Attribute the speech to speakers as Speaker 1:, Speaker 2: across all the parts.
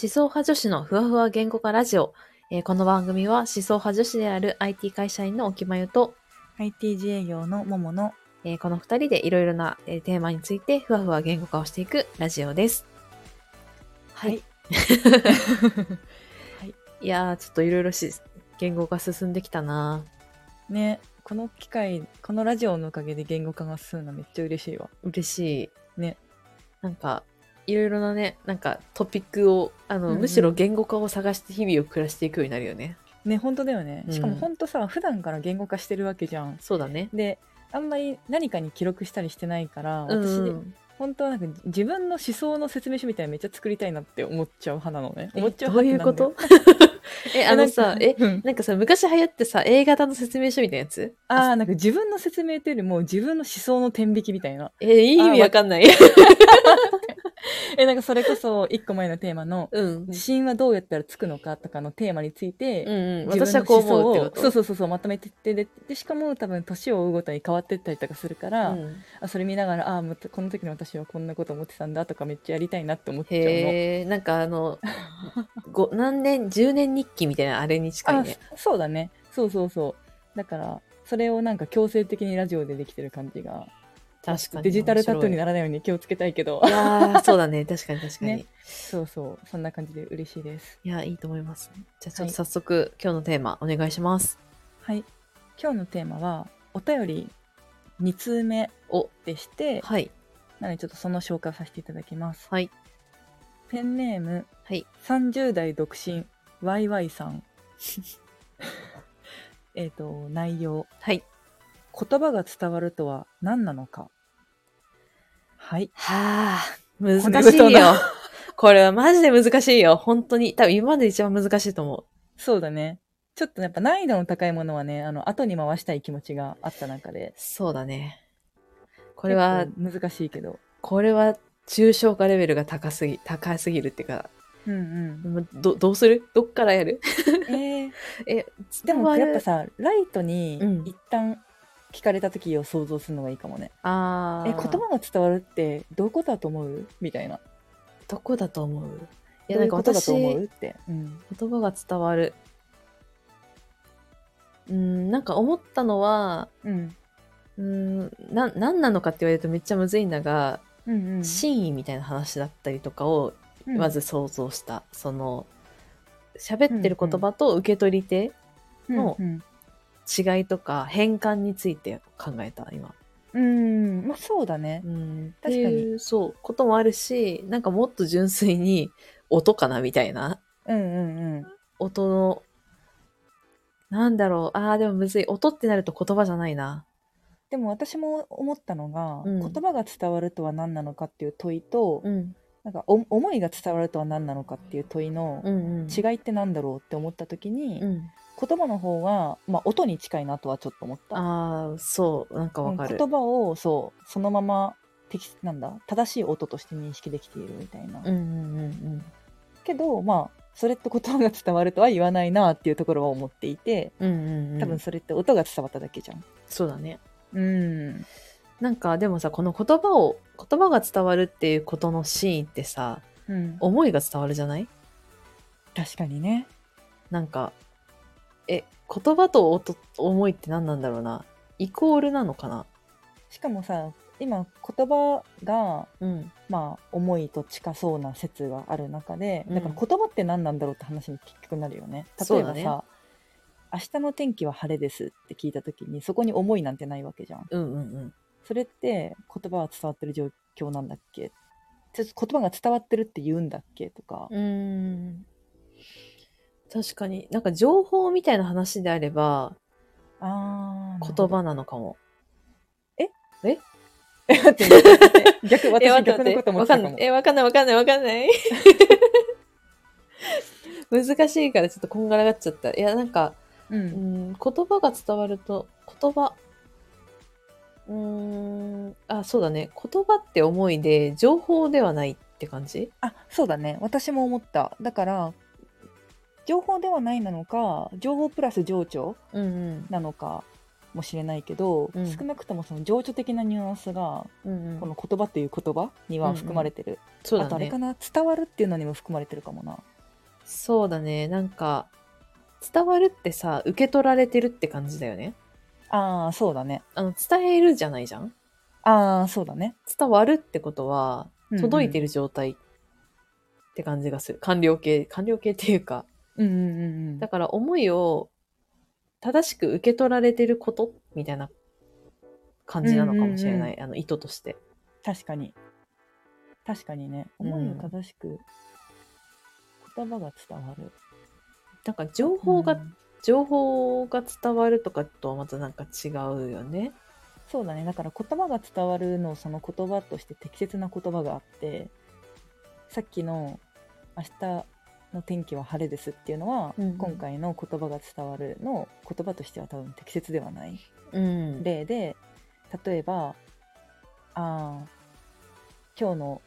Speaker 1: 思想派女子のふわふわ言語化ラジオ。えーこの番組は思想派女子である IT 会社員の沖まゆと、
Speaker 2: IT 自営業のももの
Speaker 1: えーこの二人でいろいろな、えーテーマについてふわふわ言語化をしていくラジオです。はい。
Speaker 2: はい
Speaker 1: い、 やー、ちょっといろいろし言語が進んできたな
Speaker 2: ねこの機会このラジオのおかげで言語化が進むのめっちゃ嬉しいわ
Speaker 1: 嬉しい。
Speaker 2: ね。
Speaker 1: なんか、いろいろなね、なんかトピックを、あの、
Speaker 2: うんうん
Speaker 1: むしろ言語化を探して日々を暮らしていくようになるよね。
Speaker 2: ね本当だよね
Speaker 1: うん
Speaker 2: しかも本当さ、普段から言語化してるわけじゃん
Speaker 1: そうだね。
Speaker 2: であんまり何かに記録したりしてないから
Speaker 1: うん
Speaker 2: 私、
Speaker 1: うん
Speaker 2: 本当はなんか自分の思想の説明書みたいなのめっちゃ作りたいなって思っちゃう派なのね
Speaker 1: え
Speaker 2: 思っちゃう
Speaker 1: どういう
Speaker 2: 派
Speaker 1: こ
Speaker 2: ってなん
Speaker 1: と
Speaker 2: だよ
Speaker 1: え、あのさ、え、
Speaker 2: うん
Speaker 1: なんかさ、昔流行ってさ、A 型の説明書みたいなやつ
Speaker 2: あーなんか自分の説明というよりも自分の思想の天引きみたいな
Speaker 1: えいい意味わかん ない。
Speaker 2: えなんかそれこそ一個前のテーマの
Speaker 1: うん。
Speaker 2: 自信はどうやったらつくのかとかのテーマについて、
Speaker 1: うんうん、
Speaker 2: 自分
Speaker 1: 私
Speaker 2: の
Speaker 1: はこう
Speaker 2: 思想
Speaker 1: 思う
Speaker 2: を
Speaker 1: ってこと
Speaker 2: そうそうそうそうまとめてってででしかも多分年を追うごとに変わってったりとかするから、
Speaker 1: うん
Speaker 2: あそれ見ながらあまたこの時の私はこんなこと思ってたんだとかめっちゃやりたいなって思っちゃうの。
Speaker 1: へえなんかあのご何年10年日記みたいなあれに近い
Speaker 2: あ
Speaker 1: ね
Speaker 2: そそうだねそうそうそうだからそれをなんか強制的にラジオでできてる感じが
Speaker 1: 確かに
Speaker 2: デジタルタトゥーに
Speaker 1: な
Speaker 2: ならないように気をつけたいけど
Speaker 1: いやーそうだね確かに確かに、
Speaker 2: ねそうそうそんな感じで嬉しいです。
Speaker 1: いやいいと思いますじゃあちょっ
Speaker 2: はい
Speaker 1: と早速、今日のテーマお願いします
Speaker 2: はい今日のテーマはお便り2通目
Speaker 1: お
Speaker 2: でして
Speaker 1: はい
Speaker 2: なのでちょっとその紹介をさせていただきます。
Speaker 1: はい
Speaker 2: ペンネーム
Speaker 1: はい
Speaker 2: 30代独身 YY さ んえっと内容
Speaker 1: はい
Speaker 2: 言葉が伝わるとは何なのかはい
Speaker 1: はあ難
Speaker 2: 骨
Speaker 1: しい
Speaker 2: 太
Speaker 1: よ
Speaker 2: な
Speaker 1: これはマジで難しいよ本当に多分今まで一番難しいと思う
Speaker 2: そうだねちょっとやっぱ難易度の高いものはねあの後に回したい気持ちがあった中で
Speaker 1: そうだねこ
Speaker 2: こ
Speaker 1: れは
Speaker 2: 難しいけど
Speaker 1: これは抽象化レベルが高すぎ高すぎるっていうか
Speaker 2: うんうん
Speaker 1: もうどどうするどっからやる
Speaker 2: えー
Speaker 1: え
Speaker 2: でもやっぱ
Speaker 1: さ
Speaker 2: さライトに
Speaker 1: うん
Speaker 2: 一旦聞かれた時を想像するのがいいかもね、
Speaker 1: あー
Speaker 2: え言葉が伝わるってどういうことだと思うみたいな
Speaker 1: どこだと思うい
Speaker 2: い
Speaker 1: やなんか
Speaker 2: どういうことだ
Speaker 1: 私
Speaker 2: と思う
Speaker 1: 言
Speaker 2: って、うん、
Speaker 1: 葉が伝わるうんなんか思ったのは
Speaker 2: うん
Speaker 1: うんな何なのかって言われるとめっちゃむずいんだが、
Speaker 2: うんうん
Speaker 1: 真意みたいな話だったりとかを
Speaker 2: うん
Speaker 1: まず想像した、その喋ってる言葉と受け取り手の
Speaker 2: うんうん
Speaker 1: 違いとか変換について考えた今。
Speaker 2: うん、まあそうだね
Speaker 1: う。ん、
Speaker 2: 確
Speaker 1: っ
Speaker 2: かに
Speaker 1: ていうそうこともあるしなんかもっと純粋に音かなみたいな
Speaker 2: うんうんうん。
Speaker 1: 音のなんだろうあーでもむずい音ってなると言葉じゃないな
Speaker 2: でも私も思ったのが、
Speaker 1: うん
Speaker 2: 言葉が伝わるとは何なのかっていう問いと、
Speaker 1: ん
Speaker 2: なんかお思いが伝わるとは何なのかっていう問いの
Speaker 1: うんうん
Speaker 2: 違いってなんだろうって思った時に、
Speaker 1: うん、
Speaker 2: 言葉の方は、まあ、音に近いなとはちょっと思った。
Speaker 1: ああそうなんかわか
Speaker 2: う
Speaker 1: る
Speaker 2: ん言葉をそうそのまま適なんだ正しい音として認識できているみたいな。
Speaker 1: うんうんうんうん
Speaker 2: けどまあそれって言葉が伝わるとは言わないなっていうところは思っていて
Speaker 1: うんうんうん
Speaker 2: 多分それって音が伝わっただけじゃん。
Speaker 1: そうだね
Speaker 2: うん
Speaker 1: なんかでもさこの言葉を言葉が伝わるっていうことのシーンってさ
Speaker 2: うん、
Speaker 1: 思いが伝わるじゃない
Speaker 2: 確かにね。
Speaker 1: なんか、え、言葉と音思いって何なんだろうな。イコールなのかな
Speaker 2: しかもさ今言葉が、
Speaker 1: うん。
Speaker 2: まあ、思いと近そうな説がある中で、
Speaker 1: うん
Speaker 2: だから言葉って何なんだろうって話に結局なるよね。
Speaker 1: そ
Speaker 2: 例
Speaker 1: う
Speaker 2: え
Speaker 1: だ
Speaker 2: ばさ、
Speaker 1: ね
Speaker 2: 明日の天気は晴れですって聞いた時にそこに思いなんてないわけじゃん。
Speaker 1: うんうんうん。
Speaker 2: それって言葉は伝わってる状況なんだっけちょっと言葉が伝わってるって言うんだっけとか。
Speaker 1: うん。確かに。なんか情報みたいな話であれば、
Speaker 2: あー
Speaker 1: 言。葉なのかも。
Speaker 2: なるほど待って 逆
Speaker 1: え
Speaker 2: 私
Speaker 1: 待って
Speaker 2: 逆のこと思ってた
Speaker 1: 待
Speaker 2: かも
Speaker 1: って。わかんない。え、わかんないわかんないわ かんない。難しいからちょっとこんがらがっちゃった。いや、なんか、
Speaker 2: う
Speaker 1: うんん、言葉が伝わると、言葉、うーん、あ、そうだね。言葉って思いで、情報ではないって感じ
Speaker 2: あそうだね私も思っただから情報ではないなのか情報プラス情緒
Speaker 1: うんうん。
Speaker 2: なのかもしれないけど、
Speaker 1: うん
Speaker 2: 少なくともその情緒的なニュアンスが
Speaker 1: うんうん
Speaker 2: この言葉っていう言葉には含まれてる、
Speaker 1: そう
Speaker 2: あと
Speaker 1: だ
Speaker 2: あれ
Speaker 1: ね
Speaker 2: か。な伝わるっていうのにも含まれてるかもな
Speaker 1: そうだね。なんか、伝わるってさ、受け取られてるって感じだよね。
Speaker 2: ああそうだね
Speaker 1: あの、伝えるじゃないじゃん。
Speaker 2: ああそうだね
Speaker 1: 伝わるってことは、届いて
Speaker 2: る
Speaker 1: る状態って感じがする。完了形、完了形っていうか、
Speaker 2: うんうんうんうん
Speaker 1: だから思いを正しく受け取られてることみたいな感じなのかもしれない、あの意図として。
Speaker 2: 確かに確かにね
Speaker 1: うん
Speaker 2: 思いを正しく言葉が伝わる
Speaker 1: なんか情報が、
Speaker 2: うん
Speaker 1: 情報が伝わるとかとはまたなんか違うよね。
Speaker 2: そうだねだから言葉が伝わるのその言葉として適切な言葉があってさっきの「明日の天気は晴れです」っていうのは、
Speaker 1: うんうん
Speaker 2: 今回の言葉が伝わるの言葉としては多分適切ではない
Speaker 1: うん。
Speaker 2: 例で例えば「ああ今日の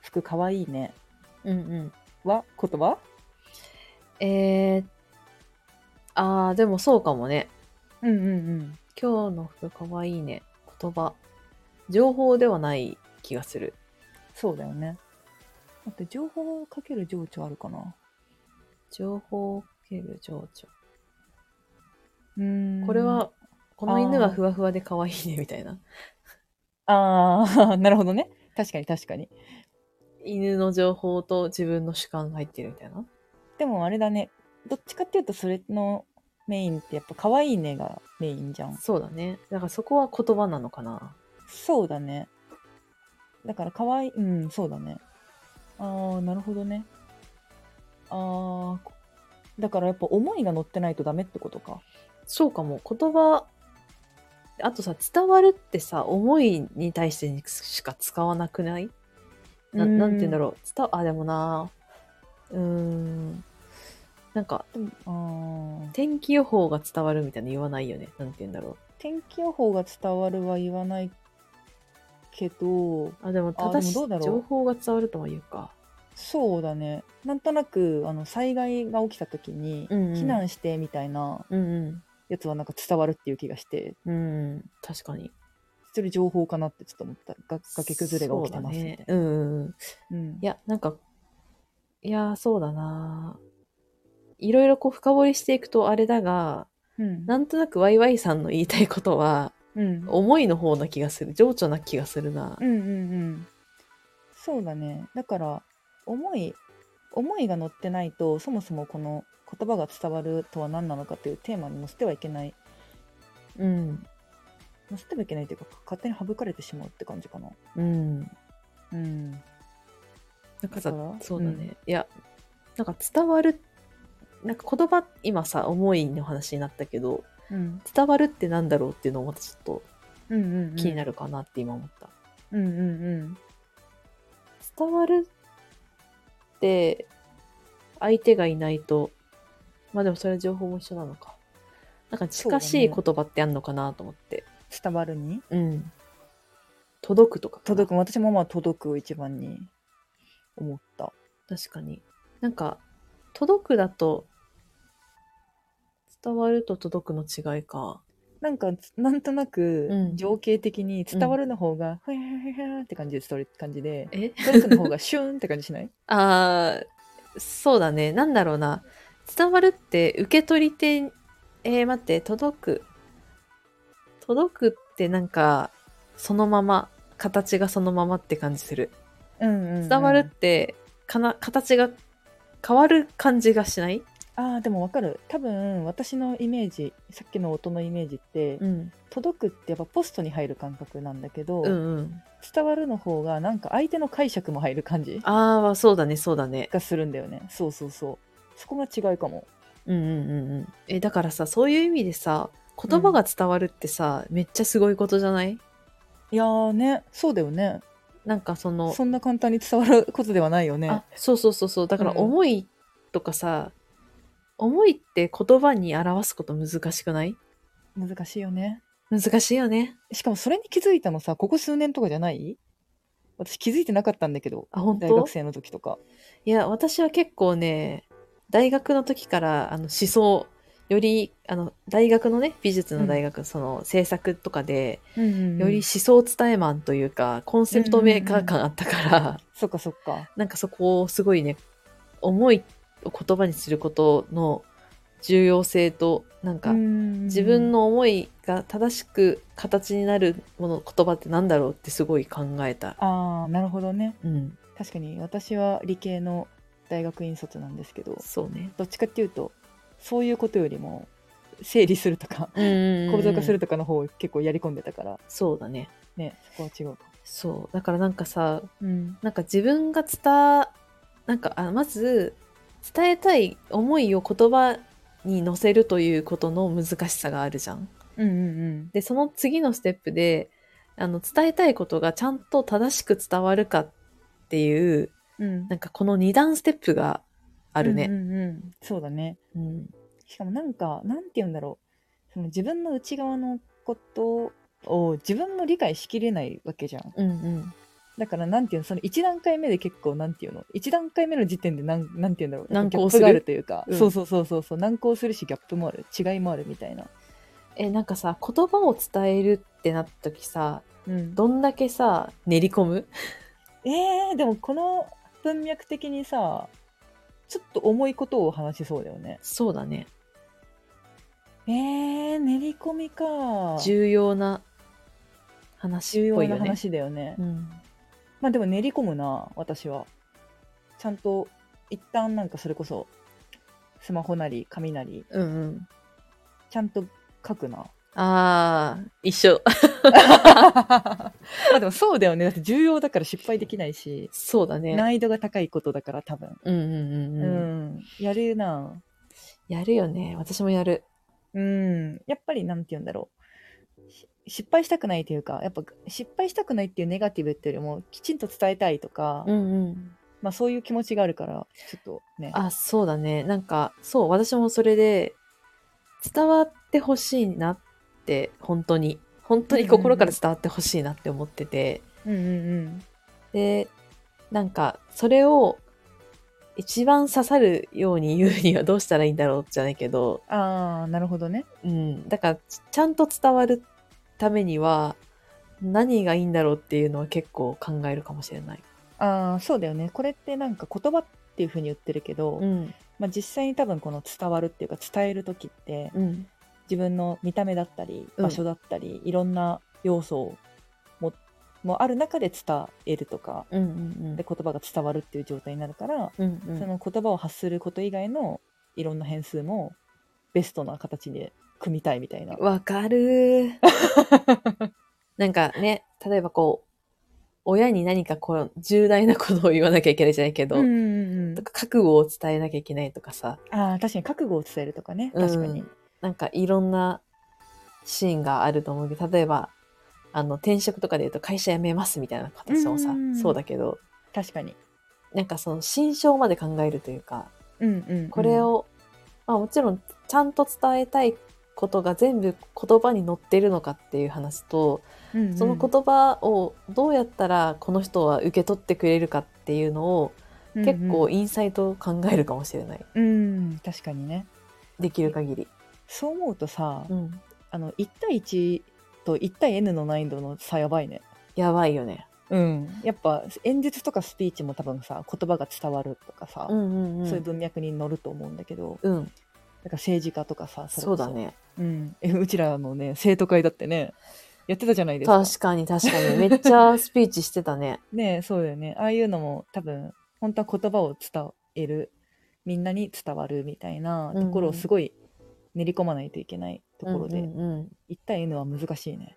Speaker 2: 服かわいいね
Speaker 1: うんうん。」
Speaker 2: は言葉
Speaker 1: えー、あー、でもそうかもね。
Speaker 2: うんうんうん
Speaker 1: 今日の服かわいいね。言葉。情報ではない気がする。
Speaker 2: そうだよねだって情報をかける情緒あるかな
Speaker 1: 情報を受ける情緒。
Speaker 2: うん
Speaker 1: これは、この犬
Speaker 2: あ
Speaker 1: は
Speaker 2: ー
Speaker 1: ふわふわでかわいいねみたいな。
Speaker 2: ああ なるほどね確かに確かに
Speaker 1: 犬の情報と自分の主観が入ってるみたいな。
Speaker 2: でもあれだねどっちかっていうとそれのメインってやっぱ可愛いねがメインじゃん
Speaker 1: そうだね。だからそこは言葉なのかな。
Speaker 2: そうだねだから可愛いうんそうだねああなるほどねああだからやっぱ思いが乗ってないとダメってことか
Speaker 1: そうかも。言葉、あとさ、伝わるってさ、思いに対してにしか使わなくないな
Speaker 2: うん
Speaker 1: なんて言うんだろう。伝わ、あ、でもな、うーん。なんか、
Speaker 2: でもああ
Speaker 1: 天気予報が伝わるみたいな言わないよね。なんて言うんだろ
Speaker 2: 天気予報が伝わるは言わないけど
Speaker 1: う。あ、でも、
Speaker 2: あ
Speaker 1: 正し
Speaker 2: でもどうだろう
Speaker 1: 情報が伝わるとは言うか。
Speaker 2: そうだねなんとなくあの災害が起きた時に
Speaker 1: うんうん
Speaker 2: 避難してみたいな
Speaker 1: うん
Speaker 2: やつはなんか伝わるっていう気がして
Speaker 1: うん。うん。確かに。
Speaker 2: それ情報かなってちょっと思ったが崖崩れが起きてます
Speaker 1: そう
Speaker 2: み
Speaker 1: だね。
Speaker 2: たい
Speaker 1: うんうんうん。
Speaker 2: なうん
Speaker 1: いや、なんか、いやー、そうだなー。いろいろこう深掘りしていくとあれだが、
Speaker 2: うん
Speaker 1: なんとなくワイワイさんの言いたいことは、
Speaker 2: うん
Speaker 1: 思いの方な気がする。情緒な気がするな
Speaker 2: う。んうんうんそうだねだから思い思いが乗ってないとそもそもこの言葉が伝わるとは何なのかというテーマに乗せてはいけない
Speaker 1: うん。
Speaker 2: 乗せてはいけないというか勝手に省かれてしまうって感じかな
Speaker 1: うん。
Speaker 2: うん
Speaker 1: なんかさ
Speaker 2: だから、
Speaker 1: そうだね。
Speaker 2: うん
Speaker 1: いや、なんか伝わる、なんか言葉、今さ、思いの話になったけど、
Speaker 2: うん
Speaker 1: 伝わるってなんだろうっていうのもまたちょっと
Speaker 2: うんうんうん
Speaker 1: 気にな
Speaker 2: る
Speaker 1: るかなって今思った。
Speaker 2: うんうんうん
Speaker 1: 伝わるって相手がいないとまあでもそれは情報も一緒なのかなんか近しい
Speaker 2: そうだね
Speaker 1: 言葉ってあんのかなと思って
Speaker 2: 伝わるに
Speaker 1: う,、ん届くとか
Speaker 2: 届
Speaker 1: く
Speaker 2: く私もまあ届くを一番に思った
Speaker 1: 確かになんか届くだと伝わると届くの違いか
Speaker 2: なんかなんとな
Speaker 1: う
Speaker 2: く
Speaker 1: ん
Speaker 2: 情景的に伝わるの方がふやふやふやって感じでそれ感じで
Speaker 1: え
Speaker 2: 届くの方がシューンって感じしない
Speaker 1: あーそうだねなんだろうな伝わるって受け取り手えー、待って届く届くってなんかそのまま形がそのままって感じする
Speaker 2: うんうんうん
Speaker 1: 伝わるってかな形が変わる感じがしない、
Speaker 2: あーでもわかる多分私のイメージさっきの音のイメージって、
Speaker 1: ん、
Speaker 2: 届くってやっぱポストに入る感覚なんだけど、
Speaker 1: うんうん
Speaker 2: 伝わるの方がなんか相手の解釈も入る感じ
Speaker 1: ああそうだねそうだね
Speaker 2: がするんだよねそうそうそうそこが違いかも
Speaker 1: うんうんうんうんえだからさそういう意味でさ言葉が伝わるってさ、めっちゃすごいことじゃない
Speaker 2: いやーねそうだよね
Speaker 1: なんかその
Speaker 2: そんな簡単に伝わることではないよね
Speaker 1: あそうそうそうそうだから
Speaker 2: うん
Speaker 1: 思いとかさ、思いって言葉に表すこと難しくない
Speaker 2: 難しいよね
Speaker 1: 難しいよね
Speaker 2: しかもそれに気づいたのさここ数年とかじゃない私気づいてなかったんだけど
Speaker 1: あ本
Speaker 2: 大
Speaker 1: 当
Speaker 2: 学生の時とか
Speaker 1: いや私は結構ね大学の時からあの思想よりあの大学のね美術の大学、その制作とかで
Speaker 2: うんうんうん
Speaker 1: より思想伝えマンというかコンセプトメーカー感あったから、
Speaker 2: そっかそっか。
Speaker 1: なんかそこをすごいね思いを言葉にすることの重要性となんか自
Speaker 2: 自
Speaker 1: 分の思いが正しく形になるもの言葉ってなんだろうってすごい考えた。
Speaker 2: ああなるほどね
Speaker 1: うん、
Speaker 2: 確かに私は理系の大学院卒なんですけど
Speaker 1: そうね。
Speaker 2: どっちかっていうとそういうことよりも整理するとか構
Speaker 1: 構
Speaker 2: 造化するとかの方を結構やり込んでたから
Speaker 1: そうだね。
Speaker 2: ねそこは違うか。
Speaker 1: そう。だからなんかさ、
Speaker 2: うん
Speaker 1: なんか自分が伝、なんかあまず伝えたい思いを言葉に乗せるということの難しさがあるじゃん。
Speaker 2: うんうん
Speaker 1: で、その次のステップで、あの伝えたいことがちゃんと正しく伝わるかっていう、
Speaker 2: うんうん
Speaker 1: なんかこの2段ステップがある
Speaker 2: うん
Speaker 1: ね。
Speaker 2: うんうんそうだね
Speaker 1: うん。
Speaker 2: しかもなんかなんて言うんだろうその自分の内側のことを自分も理解しきれないわけじゃん
Speaker 1: うんうん。
Speaker 2: だからなんていうのその1段階目で結構なんていうの1段階目の時点でなんなんていうんだろう
Speaker 1: 難
Speaker 2: ギャ
Speaker 1: 航
Speaker 2: ッ
Speaker 1: す
Speaker 2: プ
Speaker 1: る
Speaker 2: があるというか、
Speaker 1: うん
Speaker 2: そうそうそうそうそう難航するしギャップもある違いもあるみたいな、
Speaker 1: え、なんかさ、言葉を伝えるってなった時さ、
Speaker 2: うん、
Speaker 1: どんだけさ、練り込む
Speaker 2: えー、でもこの文脈的にさちょっと重いことを話しそうだよね
Speaker 1: そうだね。
Speaker 2: えー、練り込みか
Speaker 1: 重要な話
Speaker 2: 重
Speaker 1: っぽ
Speaker 2: 要
Speaker 1: いよ
Speaker 2: な
Speaker 1: ね。
Speaker 2: 話だよね
Speaker 1: うん。
Speaker 2: まあでも練り込むな私はちゃんと一旦なんかそれこそスマホなり紙なり
Speaker 1: うんうん。
Speaker 2: ちゃんと書くな
Speaker 1: ああ、一緒。
Speaker 2: まあでもそうだよね。だって重要だから失敗できないし、
Speaker 1: そうだね。
Speaker 2: 難易度が高いことだから多分。
Speaker 1: うんうん
Speaker 2: う
Speaker 1: うんうん。
Speaker 2: ん。やるな
Speaker 1: やるよね。私もやる。
Speaker 2: うん。やっぱりなんて言うんだろう。し失敗したくないというか、やっぱ失敗したくないっていうネガティブっていうよりも、きちんと伝えたいとか、
Speaker 1: んうん。
Speaker 2: まあそういう気持ちがあるから、ちょっとね。
Speaker 1: あ、そうだね。なんか、そう、私もそれで、伝わってほしいなって、本当に。本当に心から伝わってほしいなって思ってて。
Speaker 2: うんうん
Speaker 1: で、なんか、それを、一番刺さるように言うにはどうしたらいいんだろうじゃないけど、
Speaker 2: うん。ああ、なるほどね。
Speaker 1: うん、だからちちゃんと伝わるためには何がいいんだろうっていうのは結構考えるかもしれない。
Speaker 2: ああ、そうだよね。これってなんか言葉っていうふうに言ってるけど、
Speaker 1: ん、
Speaker 2: まあ実際に多分この伝わるっていうか伝える時って、
Speaker 1: うん、
Speaker 2: 自分の見た目だったり
Speaker 1: うん
Speaker 2: 場所だったり、いろんな要素ももある中で伝えるとか
Speaker 1: うん、うん
Speaker 2: で言葉が伝わるっていう状態になるから、
Speaker 1: うん、うん、
Speaker 2: その言葉を発すること以外のいろんな変数もベストな形で組みたいみたいな。
Speaker 1: わかる ー。なんかね、例えばこう、親に何かこう、重大なことを言わなきゃいけないじゃないけど、
Speaker 2: うんうんうん
Speaker 1: とか覚悟を伝えなきゃいけないとかさ、
Speaker 2: あー確かに覚悟を伝えるとかね
Speaker 1: うん
Speaker 2: 確かに。
Speaker 1: なんかいろんなシーンがあると思うけど、例えば、あの、転職とかで言うと会社辞めますみたいな形もさ
Speaker 2: う、ん
Speaker 1: そうだけど、
Speaker 2: 確かに、
Speaker 1: なんかその心象まで考えるというか、
Speaker 2: うんうんうん
Speaker 1: これを、まあもちろんちゃんと伝えたいことが全部言葉に載ってるのかっていう話と、
Speaker 2: うんうん
Speaker 1: その言葉をどうやったらこの人は受け取ってくれるかっていうのを
Speaker 2: うんうん
Speaker 1: 結構インサイトを考えるかもしれない。
Speaker 2: うん確かにね
Speaker 1: できる限り。
Speaker 2: そう思うとさ、
Speaker 1: うん。
Speaker 2: あの1対1と1対 N の難易度の差やばいね。
Speaker 1: やばいよね。
Speaker 2: うん、やっぱ演説とかスピーチも多分さ言葉が伝わるとかさ、
Speaker 1: んうん
Speaker 2: そういう文脈に乗ると思うんだけど
Speaker 1: うん。
Speaker 2: だから政治家とかされ
Speaker 1: そ
Speaker 2: こ
Speaker 1: うだ、ね。
Speaker 2: うん、えうちらのね生徒会だってねやってたじゃないですか
Speaker 1: 確かに確かに。めっちゃスピーチしてたね。
Speaker 2: ねえそうだよねああいうのも多分本当は言葉を伝えるみんなに伝わるみたいなところをすごい練り込まないといけないところで、
Speaker 1: うんうんうん
Speaker 2: 1対 N は難しいね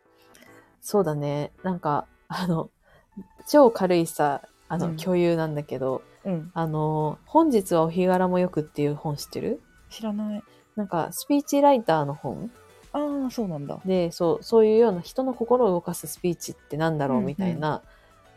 Speaker 1: そうだね。なんか、あの、超軽いさ、あの、
Speaker 2: うん
Speaker 1: 共有なんだけど、
Speaker 2: うん
Speaker 1: あの、本日はお日柄もよくっていう本知ってる
Speaker 2: 知らない
Speaker 1: なんか、スピーチライターの本
Speaker 2: ああそうなんだ
Speaker 1: で、そう、そういうような人の心を動かすスピーチってなんだろう
Speaker 2: うんうん
Speaker 1: みたいな、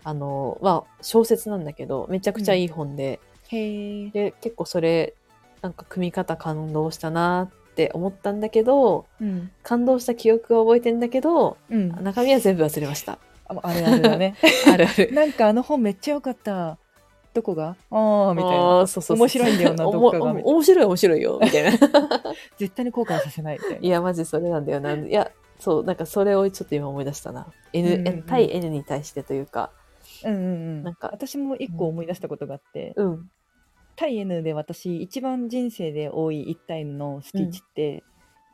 Speaker 1: あの、まあ、小説なんだけど、めちゃくちゃいい本で、
Speaker 2: へえ、
Speaker 1: で、結構それ、なんか、組み方感動したなって思ったんだけど、
Speaker 2: うん
Speaker 1: 感動した記憶は覚えてんだけど、
Speaker 2: うん、
Speaker 1: 中身は全部忘れました。
Speaker 2: ああれあれだね
Speaker 1: あるある。
Speaker 2: なんかあの本めっちゃ良かった。とこが、ああ、みた
Speaker 1: あ
Speaker 2: いな。
Speaker 1: ーそうそうそう
Speaker 2: 面白いんだよな、
Speaker 1: お
Speaker 2: ど
Speaker 1: も
Speaker 2: っかが。みたいな
Speaker 1: 面白い面白いよ、みたいな。
Speaker 2: 絶対に後悔させないみたい
Speaker 1: い
Speaker 2: な。
Speaker 1: や、マジそれなんだよな。いや、そう、なんかそれをちょっと今思い出したな。N、
Speaker 2: うんうん
Speaker 1: 対 N に対してというか、
Speaker 2: うんうんうん。
Speaker 1: なんか
Speaker 2: 私も一個思い出したことがあって、
Speaker 1: うん。
Speaker 2: 対 N で私、一番人生で多い1対 N のスピーチって、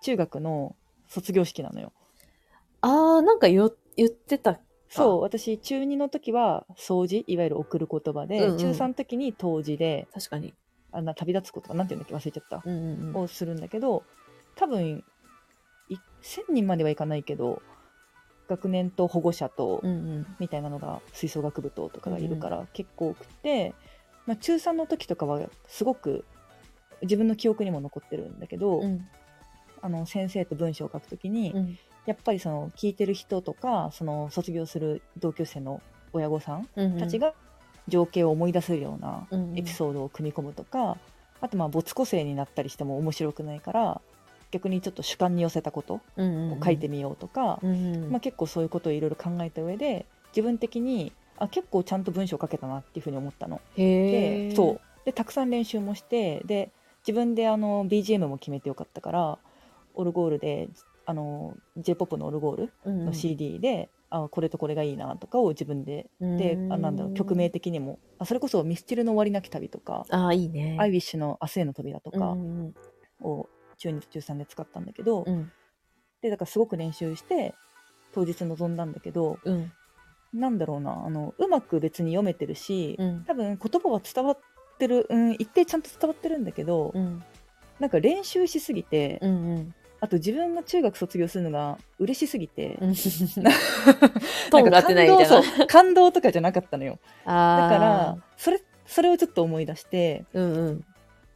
Speaker 2: 中学の卒業式なのよ。
Speaker 1: ああ、なんかよ言ってた。
Speaker 2: そう、私、中2の時は、掃除、いわゆる送る言葉で、
Speaker 1: うんうん
Speaker 2: 中3の時に当時で、
Speaker 1: 確かに。
Speaker 2: あんな旅立つ言葉、なんていうんだっけ、忘れちゃった。
Speaker 1: うんうんうん。
Speaker 2: をするんだけど多分い1000人まではいかないけど学年と保護者と
Speaker 1: うんうん。
Speaker 2: みたいなのが吹奏楽部ととかがいるから結構多くて、まあ、中3の時とかはすごく自分の記憶にも残ってるんだけど、
Speaker 1: うん
Speaker 2: あの先生と文章を書くときに、
Speaker 1: うん
Speaker 2: やっぱりその聞いてる人とかその卒業する同級生の親御さん
Speaker 1: うん。
Speaker 2: たちが情景を思い出せるような
Speaker 1: うんうん
Speaker 2: エピソードを組み込むとか、あとまあ没個性になったりしても面白くないから逆にちょっと主観に寄せたことを書いてみようとか、
Speaker 1: うんうん
Speaker 2: まあ、結構そういうことをいろいろ考えた上で自分的にあ結構ちゃんと文章書けたなっていうふうに思ったの。
Speaker 1: へ
Speaker 2: で
Speaker 1: え。
Speaker 2: そうでたくさん練習もしてで自分であの BGM も決めてよかったからオルゴールであの j p o p のオルゴール
Speaker 1: うんうん。
Speaker 2: の CD で、あこれとこれがいいなとかを自分でであなんだろう曲名的にもあそれこそミスチルの終わりなき旅とか、
Speaker 1: ああ、いいね。
Speaker 2: アイウィッシュの明日への扉と
Speaker 1: うん
Speaker 2: か
Speaker 1: うん
Speaker 2: を中2と中3で使ったんだけど、
Speaker 1: うん。
Speaker 2: でだからすごく練習して当日臨んだんだけど
Speaker 1: うん
Speaker 2: なんだろうなあのうまく別に読めてるし、
Speaker 1: うん。
Speaker 2: 多分言葉は伝わってる、うん、一定ちゃんと伝わってるんだけど、
Speaker 1: うん
Speaker 2: なんか練習しすぎて、
Speaker 1: うんうん。
Speaker 2: あと自分が中学卒業するのが嬉しすぎて、
Speaker 1: うんト
Speaker 2: な
Speaker 1: ー
Speaker 2: ん
Speaker 1: ンが合っ
Speaker 2: か
Speaker 1: てない
Speaker 2: 感
Speaker 1: み
Speaker 2: 動
Speaker 1: たいな。
Speaker 2: そう感動とかじゃなかったのよだ
Speaker 1: あ
Speaker 2: か
Speaker 1: ー
Speaker 2: ら、それそれをちょっと思い出して
Speaker 1: うんうん。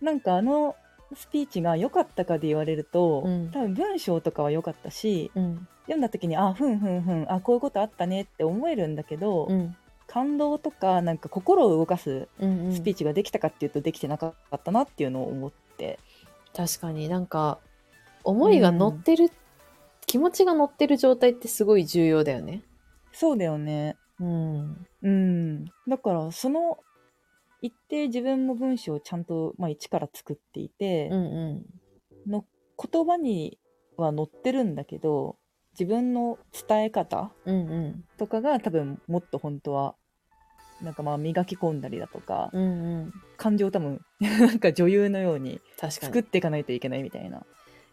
Speaker 2: なんかあのスピーチが良かったかで言われると、
Speaker 1: うん
Speaker 2: 多分文章とかは良かったし
Speaker 1: うん
Speaker 2: 読んだ時にあふんふんふんあこういうことあったねって思えるんだけど、
Speaker 1: うん
Speaker 2: 感動とかなんか心を動かす
Speaker 1: うんうん
Speaker 2: スピーチができたかっていうとできてなかったなっていうのを思って、
Speaker 1: 確かになんか思いが乗ってる、気持ちが乗ってる状態ってすごい重要だよね。
Speaker 2: そうだよね
Speaker 1: うん。
Speaker 2: うんだからその一定自分も文章をちゃんと、まあ、一から作っていて
Speaker 1: うん、う
Speaker 2: の言葉には載ってるんだけど自分の伝え方
Speaker 1: ん。うんうん。
Speaker 2: とかが多分もっと本当はなんかまあ磨き込んだりだとか
Speaker 1: うんうん。
Speaker 2: 感情を多分 なんか女優のように
Speaker 1: 確か
Speaker 2: 作っ
Speaker 1: に。
Speaker 2: ていかないといけないみたいな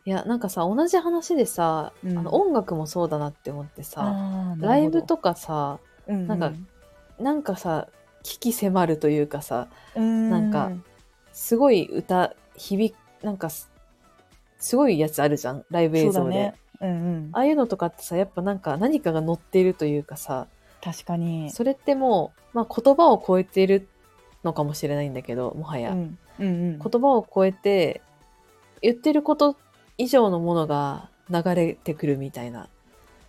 Speaker 2: い
Speaker 1: や、なんかさ、同じ話でさ、
Speaker 2: うん
Speaker 1: あの音楽もそうだなって思ってさ、
Speaker 2: あーな
Speaker 1: ラ
Speaker 2: る
Speaker 1: イ
Speaker 2: ほど
Speaker 1: ブとかさ、
Speaker 2: うう
Speaker 1: なんかなんかさ、危機迫るというかさ、
Speaker 2: うーん
Speaker 1: なんかすごい歌、響く、なんかす、すごいやつあるじゃん、ライブ
Speaker 2: そ
Speaker 1: 映
Speaker 2: うだ
Speaker 1: 像で。
Speaker 2: ねうんうん
Speaker 1: ああいうのとかってさ、やっぱなんか何かが乗ってるというかさ、
Speaker 2: 確かに
Speaker 1: それってもう、まあ、言葉を超えてるのかもしれないんだけどもはや、
Speaker 2: うんうんうん
Speaker 1: 言葉を超えて言ってること以上のものが流れてくるみたいな、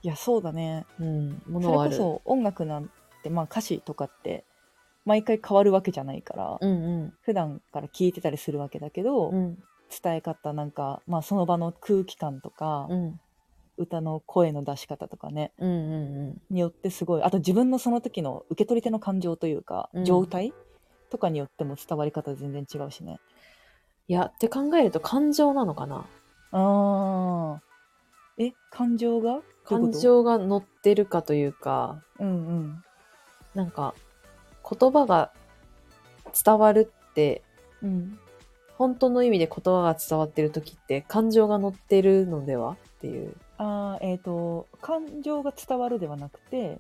Speaker 2: いやそうだね
Speaker 1: うん、もの
Speaker 2: それ
Speaker 1: はあ
Speaker 2: こ
Speaker 1: る。
Speaker 2: そ音楽なんてまあ歌詞とかって毎回変わるわけじゃないから、
Speaker 1: うん
Speaker 2: 普段から聞いてたりするわけだけど、
Speaker 1: うんうん
Speaker 2: 伝え方なんか、まあ、その場の空気感とか、
Speaker 1: うん
Speaker 2: 歌の声の出し方とかね
Speaker 1: うんうん
Speaker 2: によってすごいあと自分のその時の受け取り手の感情というか、
Speaker 1: うん
Speaker 2: 状態とかによっても伝わり方全然違うしね
Speaker 1: いやって考えると感情なのかな
Speaker 2: あーえ感情がどういう
Speaker 1: 感
Speaker 2: こと
Speaker 1: 情が乗ってるかというか
Speaker 2: うんうん
Speaker 1: なんか言葉が伝わるって
Speaker 2: うん
Speaker 1: 本当の意味で言葉が伝わってる時って感情が乗ってるのではっていう
Speaker 2: あーえっ、と感情が伝わるではなくて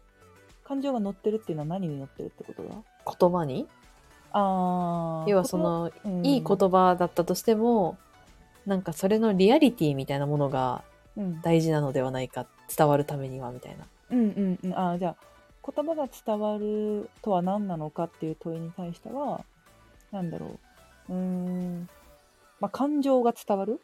Speaker 2: 感情が乗ってるっていうのは何に乗ってるってことだ
Speaker 1: 言葉に
Speaker 2: あー
Speaker 1: 要はそ、の
Speaker 2: 言葉うん
Speaker 1: いい言葉だったとしてもなんかそれのリアリティみたいなものが
Speaker 2: うん
Speaker 1: 大事なのではないか伝わるためにはみたいな
Speaker 2: うんうんうん、あーじゃあ言葉が伝わるとは何なのかっていう問いに対しては何だろううーん、まあ、感情が伝わる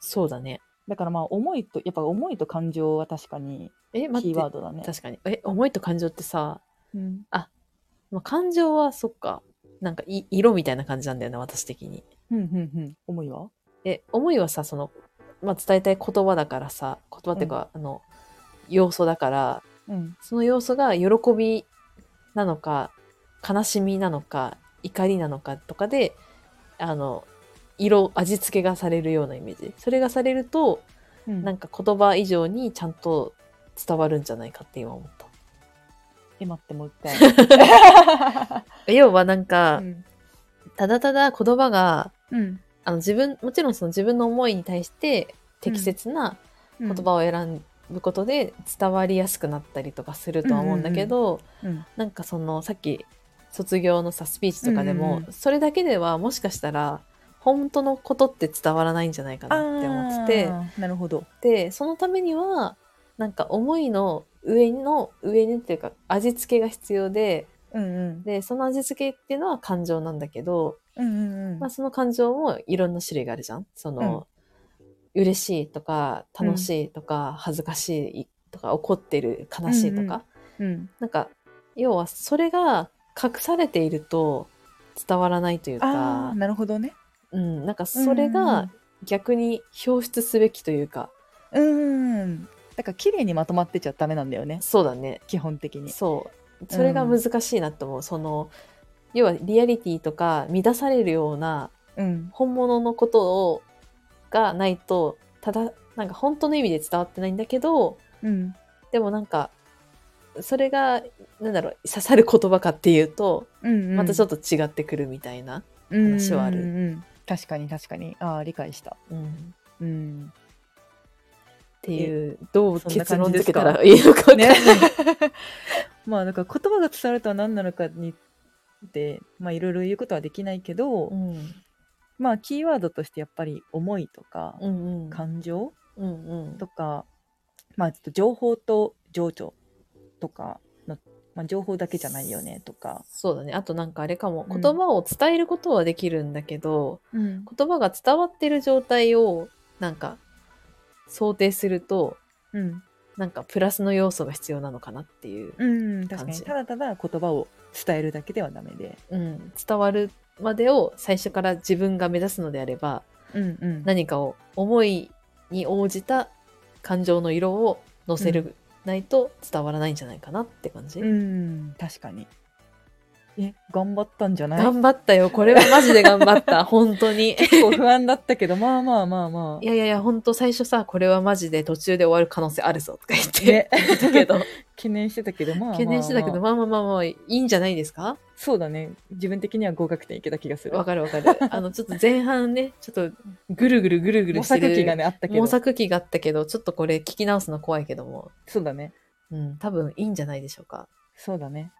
Speaker 1: そうだね
Speaker 2: だからまあ思いとやっぱ思いと感情は確かに
Speaker 1: え
Speaker 2: キ
Speaker 1: 待
Speaker 2: ー
Speaker 1: って
Speaker 2: ワードだね。
Speaker 1: 確かにえ思いと感情ってさ、
Speaker 2: うん、
Speaker 1: まあ、感情はそっかなんかい色みたいな感じなんだよな私的に
Speaker 2: うんうんうん思いは
Speaker 1: え思いはさその、まあ、伝えたい言葉だからさ言葉っていうか、あの要素だから
Speaker 2: うん
Speaker 1: その要素が喜びなのか悲しみなのか怒りなのかとかであの色味付けがされるようなイメージそれがされると
Speaker 2: うん
Speaker 1: なんか言葉以上にちゃんと伝わるんじゃないかって今思った
Speaker 2: え、待って、もう一回。
Speaker 1: 要はなんか、
Speaker 2: うん
Speaker 1: ただただ言葉が
Speaker 2: うん。
Speaker 1: あの自分もちろんその自分の思いに対して適切な
Speaker 2: 言
Speaker 1: 言葉を選ぶことで伝わりやすくなったりとかするとは思うんだけど、
Speaker 2: うん。
Speaker 1: なんかそのさっき卒業のさスピーチとかでも、
Speaker 2: うんうんう
Speaker 1: それだけではもしかしたら本当のことって伝わらないんじゃないかなって思ってて
Speaker 2: あーなるほど。
Speaker 1: でそのためにはなんか思いの上の上にっていうか味付けが必要で
Speaker 2: うんうん。
Speaker 1: でその味付けっていうのは感情なんだけど、
Speaker 2: うんうんうん。
Speaker 1: まあ、その感情もいろんな種類があるじゃん。その、嬉しいとか楽しいとか、恥ずかしいとか怒ってる悲しいとか、
Speaker 2: うんうんうん。
Speaker 1: なんか要はそれが隠されていると伝わらないという
Speaker 2: あ
Speaker 1: か
Speaker 2: あ、、なるほどね。
Speaker 1: うん、なんかそれ
Speaker 2: うんうんう
Speaker 1: が
Speaker 2: ん
Speaker 1: 逆に表出すべきというか、
Speaker 2: うんうん。だから、綺麗にまとまってちゃダメなんだよね。
Speaker 1: そうだね
Speaker 2: 基本的に。
Speaker 1: そうそれが難しいなと思う、その要はリアリティとか乱されるような
Speaker 2: うん。
Speaker 1: 本物のことをがないとただなんか本当の意味で伝わってないんだけど
Speaker 2: うん。
Speaker 1: でもなんかそれがなんだろう刺さる言葉かっていうと
Speaker 2: うんうん。
Speaker 1: またちょっ
Speaker 2: っ
Speaker 1: と違ってくるみたいな。
Speaker 2: と
Speaker 1: 話はある
Speaker 2: うんうんうん。確かに確かに。ああ、理解した。
Speaker 1: うん
Speaker 2: うん。
Speaker 1: っていう、どう
Speaker 2: そんな
Speaker 1: 結
Speaker 2: 感
Speaker 1: 論
Speaker 2: じで
Speaker 1: 付け
Speaker 2: すか
Speaker 1: たらい いのかわかんない
Speaker 2: ね。まあ、だから言葉が伝わるとは何なのかに、で、まあ、いろいろ言うことはできないけど、
Speaker 1: うん
Speaker 2: まあ、キーワードとしてやっぱり思いとか、
Speaker 1: うんうん
Speaker 2: 感情
Speaker 1: うんうん
Speaker 2: とか、まあ、ちょっと情報と情緒とかの、まあ、情報だけじゃないよねとか、
Speaker 1: そうだねあとなんかあれかも
Speaker 2: うん
Speaker 1: 言葉を伝えることはできるんだけど、
Speaker 2: うん
Speaker 1: 言葉が伝わってる状態をなんか想定すると
Speaker 2: うん
Speaker 1: なんかプラスの要素が必要なのかなっていう、
Speaker 2: 確か
Speaker 1: 感
Speaker 2: に
Speaker 1: じ
Speaker 2: ただただ言葉を伝えるだけではダメで、
Speaker 1: うん、伝わるまでを最初から自分が目指すのであれば
Speaker 2: うんうん
Speaker 1: 何かを思いに応じた感情の色を乗せる、ないと伝わらないんじゃないかなって感じ、
Speaker 2: うん、確かにえ頑張ったんじゃ ない
Speaker 1: 頑張ったよ。これはマジで頑張った。 本当に。
Speaker 2: 結構不安だったけどまあまあまあま
Speaker 1: い
Speaker 2: あ
Speaker 1: やいやいや、本当最初さ、これはマジで途中で終わる可能性あるぞとか言って
Speaker 2: ね
Speaker 1: 言った けど、
Speaker 2: 懸念してたけどまあまあまあ
Speaker 1: 懸念してたけど、まあまあまあまあ、いいんじゃないですか
Speaker 2: そうだね自分的には合格点いけた気がする
Speaker 1: わかるわかる。あの、ちょっと前半ね、ちょっとぐるぐるぐるぐる
Speaker 2: 模
Speaker 1: してる。
Speaker 2: 索期がねあったけ
Speaker 1: 模
Speaker 2: ど
Speaker 1: 索期があったけど、ちょっとこれ聞き直すの怖いけども、
Speaker 2: そうだね
Speaker 1: うん、多分いいんじゃないでしょうか。
Speaker 2: そうだね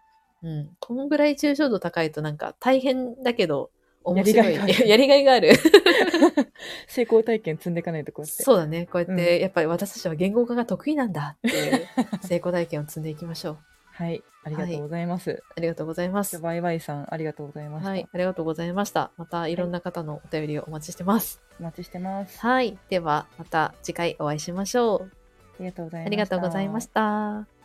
Speaker 1: うん。こんぐらい抽象度高いとなんか大変だけど、面白い。
Speaker 2: やりがいがある
Speaker 1: やりがいがある。
Speaker 2: 成功体験積んでいかないとこうやって
Speaker 1: そうだね。こうやって、
Speaker 2: う
Speaker 1: やっぱり私たちは言語化が得意なんだって いう成功体験を積んでいきましょう。
Speaker 2: はい、ありがとうございます。
Speaker 1: ありがとうございます。
Speaker 2: ワイワイさん、ありがとうございました。
Speaker 1: はい、ありがとうございました。またいろんな方のお便りをお待ちしてます。
Speaker 2: お待ちしてます。
Speaker 1: はい、ではまた次回お会いしましょう。
Speaker 2: ありがとうございました。
Speaker 1: ありがとうございました。